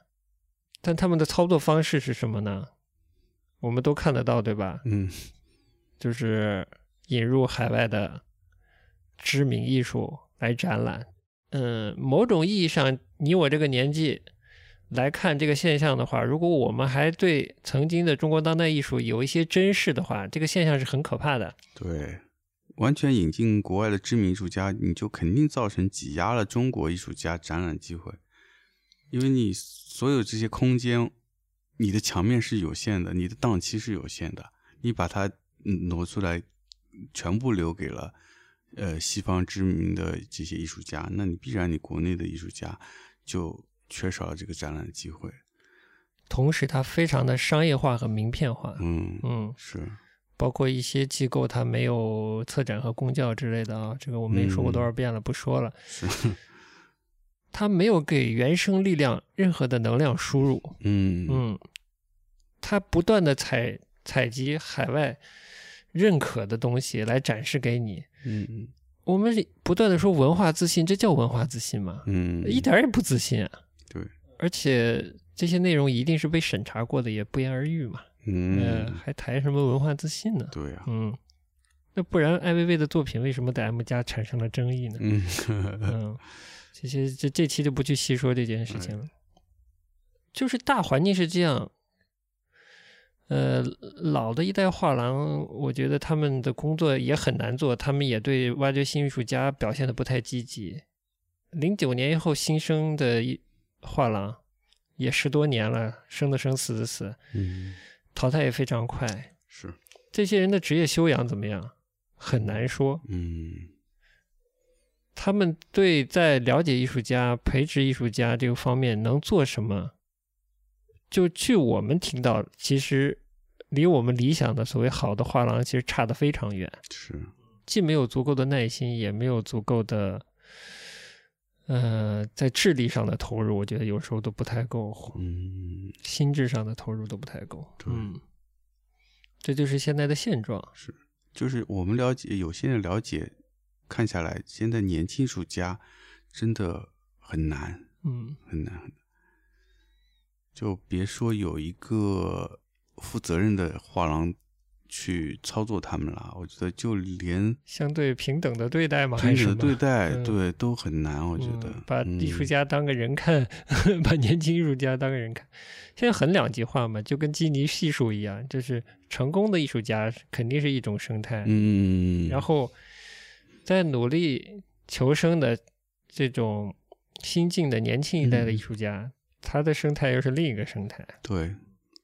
但他们的操作方式是什么呢？我们都看得到，对吧？嗯就是引入海外的知名艺术来展览。嗯，某种意义上，你我这个年纪来看这个现象的话，如果我们还对曾经的中国当代艺术有一些珍视的话，这个现象是很可怕的。对，完全引进国外的知名艺术家，你就肯定造成挤压了中国艺术家展览机会，因为你所有这些空间，你的墙面是有限的，你的档期是有限的，你把它嗯挪出来，全部留给了呃西方知名的这些艺术家，那你必然你国内的艺术家就缺少了这个展览机会。同时，它非常的商业化和名片化。嗯，嗯，是，包括一些机构它没有策展和公教之类的啊，这个我们也说过多少遍了，不说了。是它没有给原生力量任何的能量输入，嗯嗯，它不断的采采集海外认可的东西来展示给你。嗯我们不断的说文化自信，这叫文化自信吗？嗯，一点儿也不自信啊。对，而且这些内容一定是被审查过的，也不言而喻嘛。呃，嗯，还谈什么文化自信呢？对啊呀，嗯，那不然艾薇薇的作品为什么在 M 家产生了争议呢？嗯， (laughs) (laughs) 嗯，这些这这期就不去细说这件事情了。就是大环境是这样，呃，老的一代画廊，我觉得他们的工作也很难做，他们也对挖掘新艺术家表现的不太积极。零九年以后新生的一画廊也十多年了，生的生，死的死，嗯，淘汰也非常快。是，这些人的职业修养怎么样，很难说。嗯他们对在了解艺术家、培植艺术家这个方面能做什么？就据我们听到，其实离我们理想的所谓好的画廊，其实差得非常远，是，既没有足够的耐心，也没有足够的，呃，在智力上的投入，我觉得有时候都不太够，嗯心智上的投入都不太够。对嗯，这就是现在的现状。是，就是我们了解有些人了解，看下来，现在年轻艺术家真的很难，嗯很难很难。就别说有一个负责任的画廊去操作他们了，我觉得就连相对平等的对待嘛，平还是等的嘛对待，嗯对都很难。我觉得、嗯、把艺术嗯家当个人看， (laughs) 把年轻艺术家当个人看，现在很两极化嘛，就跟基尼系数一样，就是成功的艺术家肯定是一种生态，嗯，然后在努力求生的这种新晋的年轻一代的嗯艺术家，他的生态又是另一个生态。对，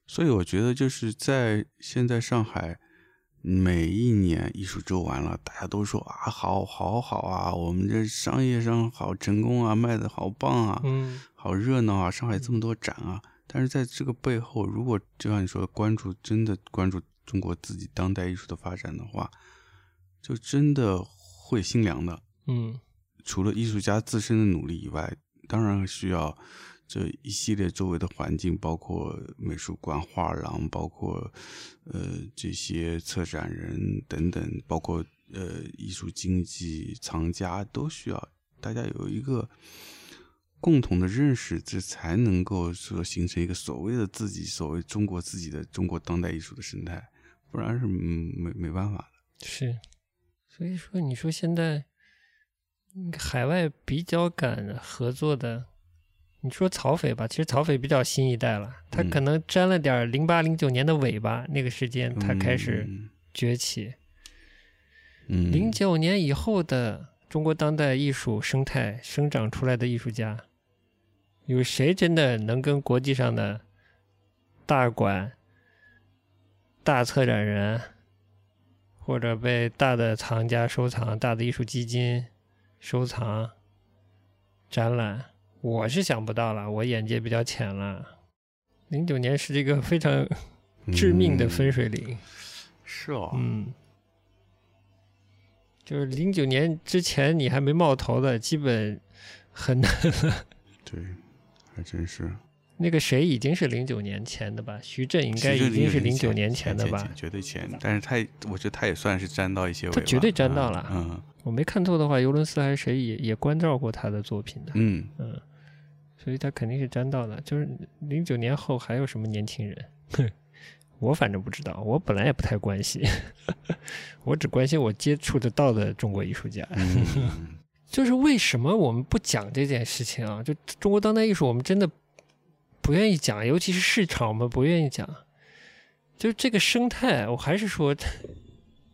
所以我觉得就是在现在上海，每一年艺术周完了，大家都说啊，好好好啊，我们这商业上好成功啊，卖的好棒啊，嗯好热闹啊，上海这么多展啊。但是在这个背后，如果就像你说，关注真的关注中国自己当代艺术的发展的话，就真的会心凉的。嗯除了艺术家自身的努力以外，当然需要这一系列周围的环境，包括美术馆、画廊，包括呃这些策展人等等，包括呃艺术经济、藏家都需要大家有一个共同的认识，这才能够说形成一个所谓的自己，所谓中国自己的中国当代艺术的生态，不然是嗯没没办法的。是，所以说你说现在嗯海外比较敢合作的，你说曹斐吧，其实曹斐比较新一代了，他嗯可能沾了点零八零九年的尾巴，那个时间他开始崛起。嗯，嗯零九、年以后的中国当代艺术生态生长出来的艺术家，有谁真的能跟国际上的大馆、大策展人，或者被大的藏家收藏、大的艺术基金收藏、展览？我是想不到了，我眼界比较浅了。零九年是这个非常致命的分嗯水岭。是哦，嗯，就是零九年之前你还没冒头的，基本很难了。 (laughs) 对，还真是。那个谁已经是零九年前的吧？徐震应该已经是零九年前的吧？绝对前，但是他也，我觉得他也算是沾到一些尾他巴，绝对沾到了嗯我没看错的话，尤伦斯还是谁也也关照过他的作品的， (laughs) 嗯，嗯，所以他肯定是沾到了。就是零九年后还有什么年轻人？ (laughs) 哼，我反正不知道，我本来也不太关心， (laughs) 我只关心我接触得到的中国艺术家。嗯就是为什么我们不讲这件事情啊？就中国当代艺术，我们真的不愿意讲，尤其是市场，我们不愿意讲。就是这个生态，我还是说，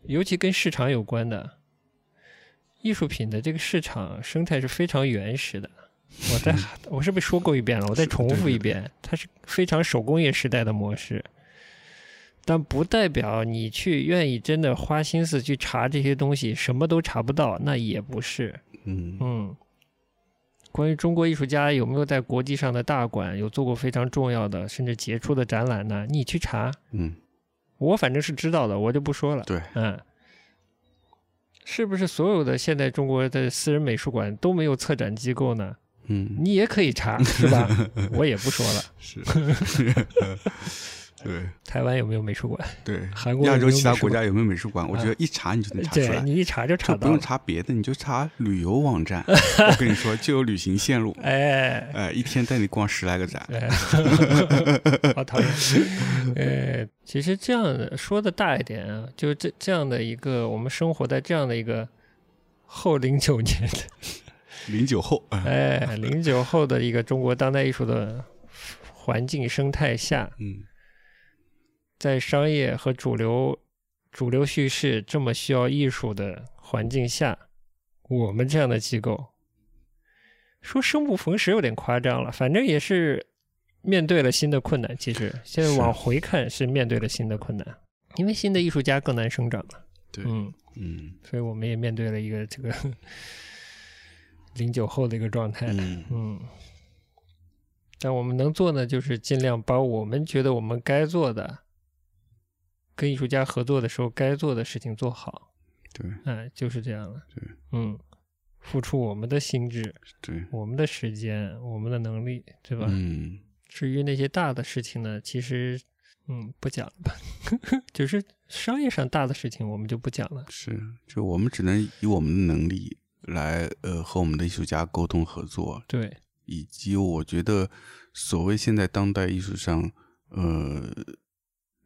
尤其跟市场有关的艺术品的这个市场生态是非常原始的。我再我是不是说过一遍了？我嗯再是重复对对一对遍，它是非常手工业时代的模式，但不代表你去愿意真的花心思去查这些东西，什么都查不到，那也不是。嗯嗯，关于中国艺术家有没有在国际上的大馆有做过非常重要的甚至杰出的展览呢？你去查，嗯，我反正是知道的，我就不说了。对，嗯，是不是所有的现在中国的私人美术馆都没有策展机构呢？嗯，你也可以查，是 (laughs) 吧？我也不说了。是，对台湾有没有美术馆？对。韩国有亚没有洲其他美术国馆，嗯家有没有美术馆？我觉得一查 (laughs) 你就能查出对来，你一查就就查到不了。用查别的，你就查旅游网站。我跟你说，就有旅行线 (laughs) 路，哎哎，一天带你逛十来个展。哎，好讨厌。呃，其实这样的说的大一点啊，就是这这样的一个，我们生活在这样的一个后零九年的零九后，哎哎，零九后的一个中国当代艺术的环境生态下，嗯在商业和主流主流叙事这么需要艺术的环境下，我们这样的机构说生不逢时有点夸张了，反正也是面对了新的困难。其实现在是往回看是面对了新的困难，因为新的艺术家更难生长了。对嗯，嗯所以我们也面对了一个这个 (laughs) 零九后的一个状态。嗯，嗯，但我们能做呢，就是尽量把我们觉得我们该做的，跟艺术家合作的时候该做的事情做好。对哎，就是这样了。对，嗯，付出我们的心智、对，我们的时间、我们的能力，对吧？嗯至于那些大的事情呢，其实，嗯，不讲了 (laughs) 吧。就是商业上大的事情，我们就不讲了。是，就我们只能以我们的能力来呃和我们的艺术家沟通合作，对，以及我觉得所谓现在当代艺术上，呃，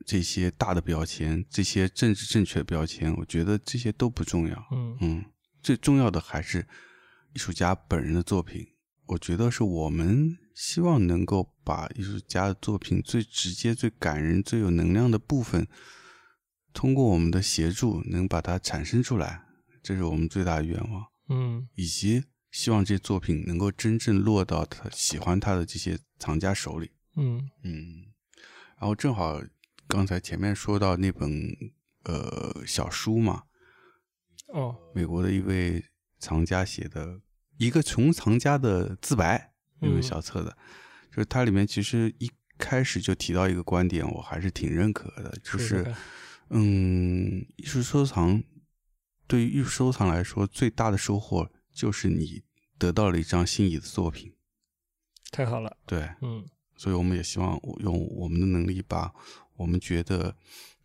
这些大的标签，这些政治正确的标签，我觉得这些都不重要。嗯嗯，最重要的还是艺术家本人的作品。我觉得是我们希望能够把艺术家的作品最直接、最感人、最有能量的部分，通过我们的协助，能把它产生出来，这是我们最大的愿望。嗯以及希望这作品能够真正落到他喜欢他的这些藏家手里。嗯嗯，然后正好刚才前面说到那本呃小书嘛，哦美国的一位藏家写的一个穷藏家的自白，那嗯本小册子，就是它里面其实一开始就提到一个观点，我还是挺认可的，就说说是看嗯，艺术收藏对于艺术收藏来说，最大的收获就是你得到了一张心仪的作品。太好了。对，嗯所以我们也希望我用我们的能力，把我们觉得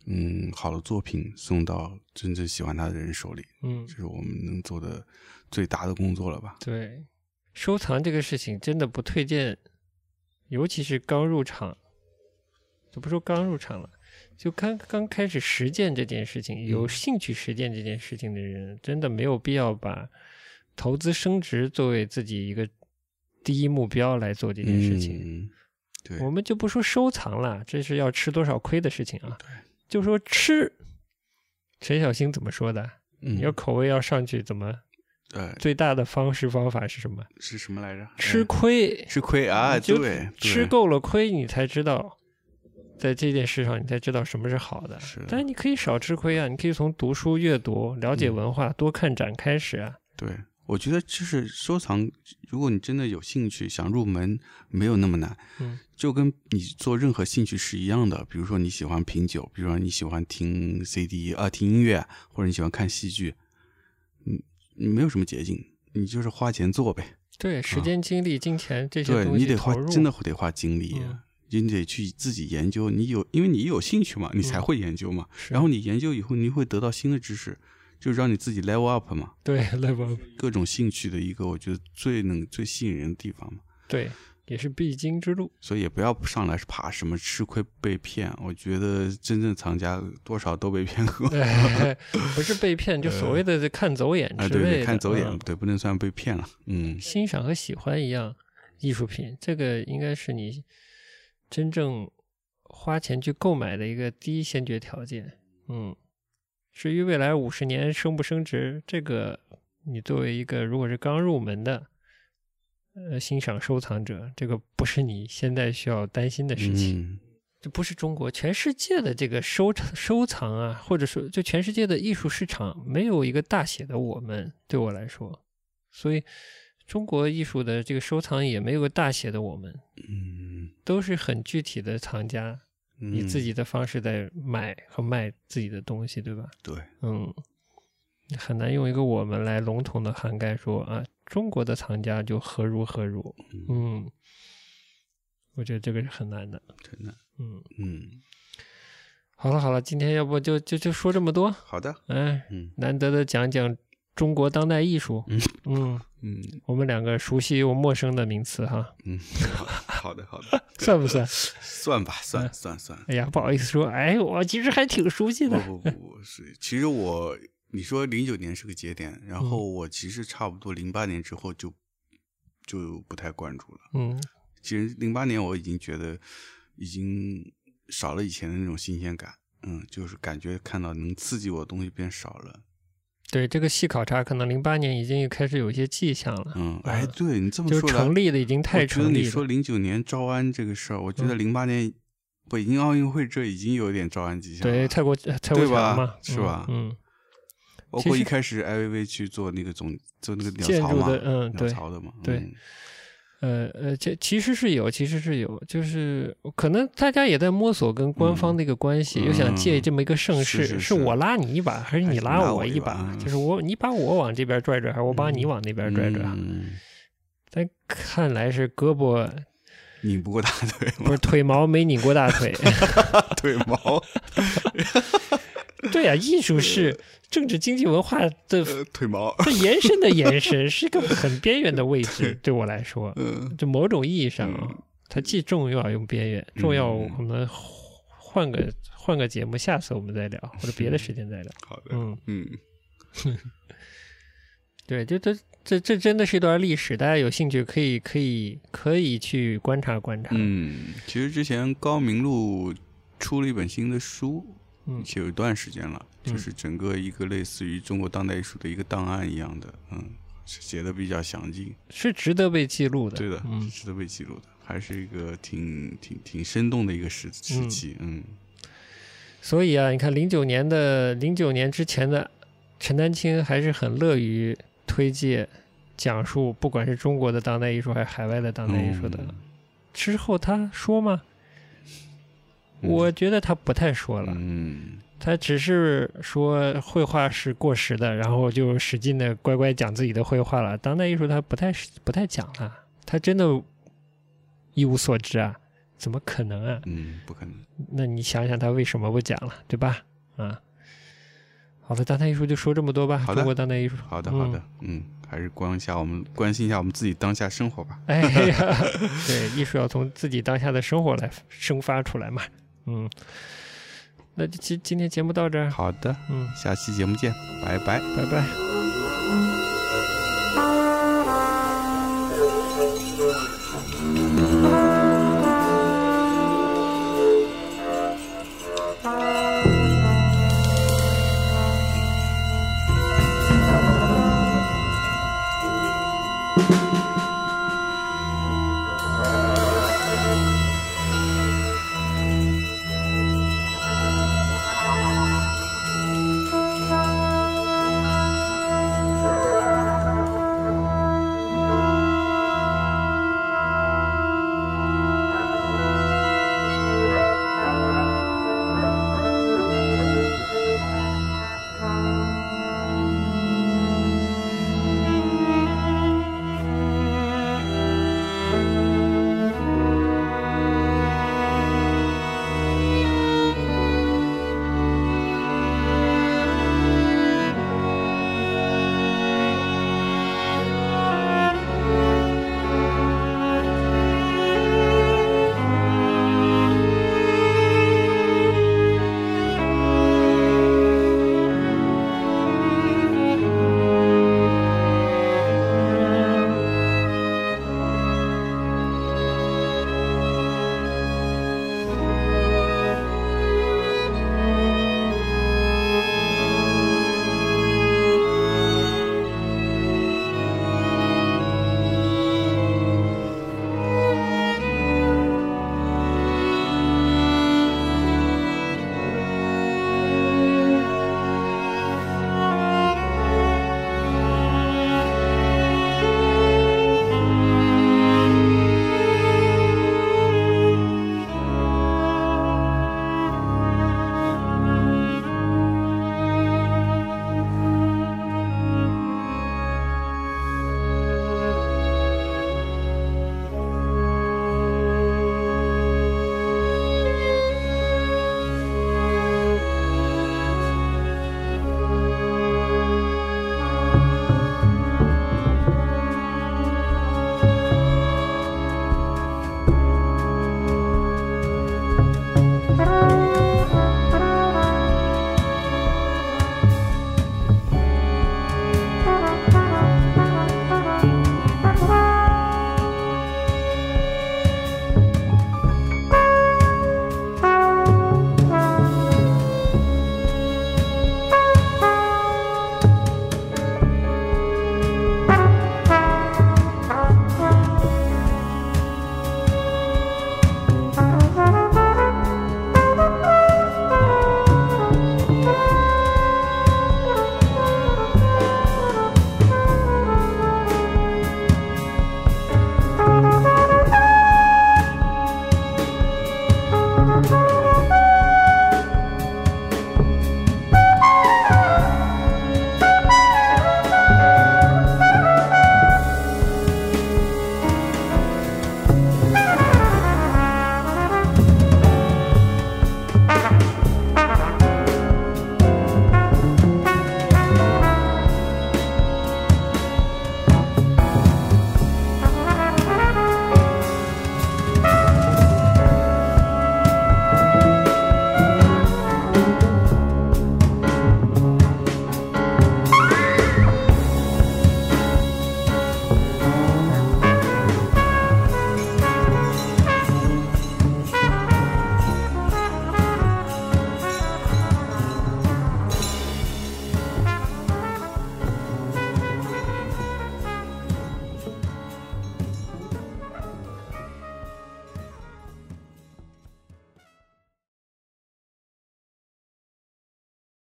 嗯好的作品送到真正喜欢它的人手里，嗯这，是我们能做的最大的工作了吧？对，收藏这个事情真的不推荐，尤其是刚入场，就不说刚入场了，就刚刚开始实践这件事情，嗯有兴趣实践这件事情的人，真的没有必要把投资升值作为自己一个第一目标来做这件事情。嗯，对，我们就不说收藏了，这是要吃多少亏的事情啊，就说吃。陈小星怎么说的？嗯你要口味要上去，怎么呃最大的方式方法是什么？是什么来着？吃呃亏，吃亏啊，你就对，吃对够了亏，你才知道，在这件事上你才知道什么是好的。是的但是你可以少吃亏啊，你可以从读书、阅读、了解嗯文化、多看展开始啊。对，我觉得就是收藏，如果你真的有兴趣想入门，没有那么难。嗯，就跟你做任何兴趣是一样的。比如说你喜欢品酒，比如说你喜欢听 CD 啊、听音乐，或者你喜欢看戏剧，嗯，没有什么捷径，你就是花钱做呗。对，时间、精力、金钱这些啊对东你西得花投，入，真的得花精力。嗯你得去自己研究，你有，因为你有兴趣嘛，你才嗯会研究嘛。是然后你研究以后，你会得到新的知识，就让你自己 level up 嘛。对 (laughs) level up，各种兴趣的一个，我觉得最能最吸引人的地方嘛。对，也是必经 (laughs) 之路。所以也不要上来是怕什么吃亏被骗，我觉得真正藏家多少都被骗过。哎，不是被骗，就所谓的这看走眼 (laughs) 啊，之对类对，的，看走眼，嗯对，不能算被骗了。嗯，欣赏和喜欢一样，艺术品这个应该是你真正花钱去购买的一个第一先决条件。嗯，至于未来五十年升不升值，这个你作为一个如果是刚入门的呃欣赏收藏者，这个不是你现在需要担心的事情。嗯，这不是中国，全世界的这个收藏收藏啊，或者说就全世界的艺术市场，没有一个大写的我们。对我来说，所以中国艺术的这个收藏也没有个大写的我们，嗯，都是很具体的藏家以你自己的方式在买和卖自己的东西，对吧？对，嗯，很难用一个我们来笼统的涵盖说啊，中国的藏家就何如何如，嗯，我觉得这个是很难的，真的，嗯，嗯，好了好了，今天要不就就就说这么多，好的，哎，嗯难得的讲讲中国当代艺术，嗯嗯，嗯我们两个熟悉又陌生的名词哈，嗯， (laughs) 好的好 (laughs) 的，算 (laughs) 不算？算吧，算算 (laughs) 算，哎呀，不好意思说，哎，我其实还挺熟悉的，不不不不是，其实我你说零九年是个节点，然后嗯我其实差不多零八年之后就就不太关注了。嗯其实零八年我已经觉得已经少了以前的那种新鲜感，嗯，就是感觉看到能刺激我的东西变少了，对，这个细考察，可能零八年已经开始有一些迹象了，嗯，哎，嗯对你这么就说是来成立的已经太我觉成得立你了嗯说。零九年招安这个事儿，我觉得零八年北京奥运会这已经有点招安迹象了。对，蔡国蔡国对吧强嘛，是嗯吧嗯，包其括一实开始艾薇薇去做那个总做那个建鸟巢筑嘛的，嗯鸟对巢的嘛，对嗯呃呃，这其实是有，其实是有，就是可能大家也在摸索跟官方的一个关系，又想借嗯这么一个盛是世，是是我拉你一把，还是还是你你拉我我一把？把就是我你把我往这边拽拽，还是我把你嗯往那边拽拽？嗯但看来是胳膊拧不过大腿不嘛，是腿毛没拧过大 (laughs) 腿。腿毛，对呀、艺术是政治、经济、文化的呃，腿毛，它延伸的延伸，是一个很边缘的位置，对我来说。嗯就某种意义上啊，它既重要又边缘。重要，嗯我们换个换个节目，下次我们再聊，或者别的时间再聊。好的，嗯，嗯，对，就这这这真的是一段历史，大家有兴趣可以可以可以去观察观察。嗯，其实之前高明路出了一本新的书，嗯有一段时间了，就是整个一个类似于中国当代艺术的一个档案一样的，嗯，写的比较详尽，是值得被记录的。对的，嗯，值得被记录的，还是一个挺挺挺生动的一个时时期，嗯所以啊，你看零九年的零九年之前的陈丹青还是很乐于推介、讲述，不管是中国的当代艺术还是海外的当代艺术的。嗯之后他说吗？嗯我觉得他不太说了，嗯，他只是说绘画是过时的，然后就使劲的乖乖讲自己的绘画了。当代艺术他不太不太讲了，他真的一无所知啊？怎么可能啊？嗯，不可能，那你想想他为什么不讲了，对吧？啊，好了，当代艺术就说这么多吧。好的中国当代艺术，好的嗯好的，嗯，还是关心一下我们关心一下我们自己当下生活吧， (laughs) 哎呀，对，艺术要从自己当下的生活来生发出来嘛。嗯，那就今今天节目到这儿，好的，嗯，下期节目见，拜拜。拜拜。 Thank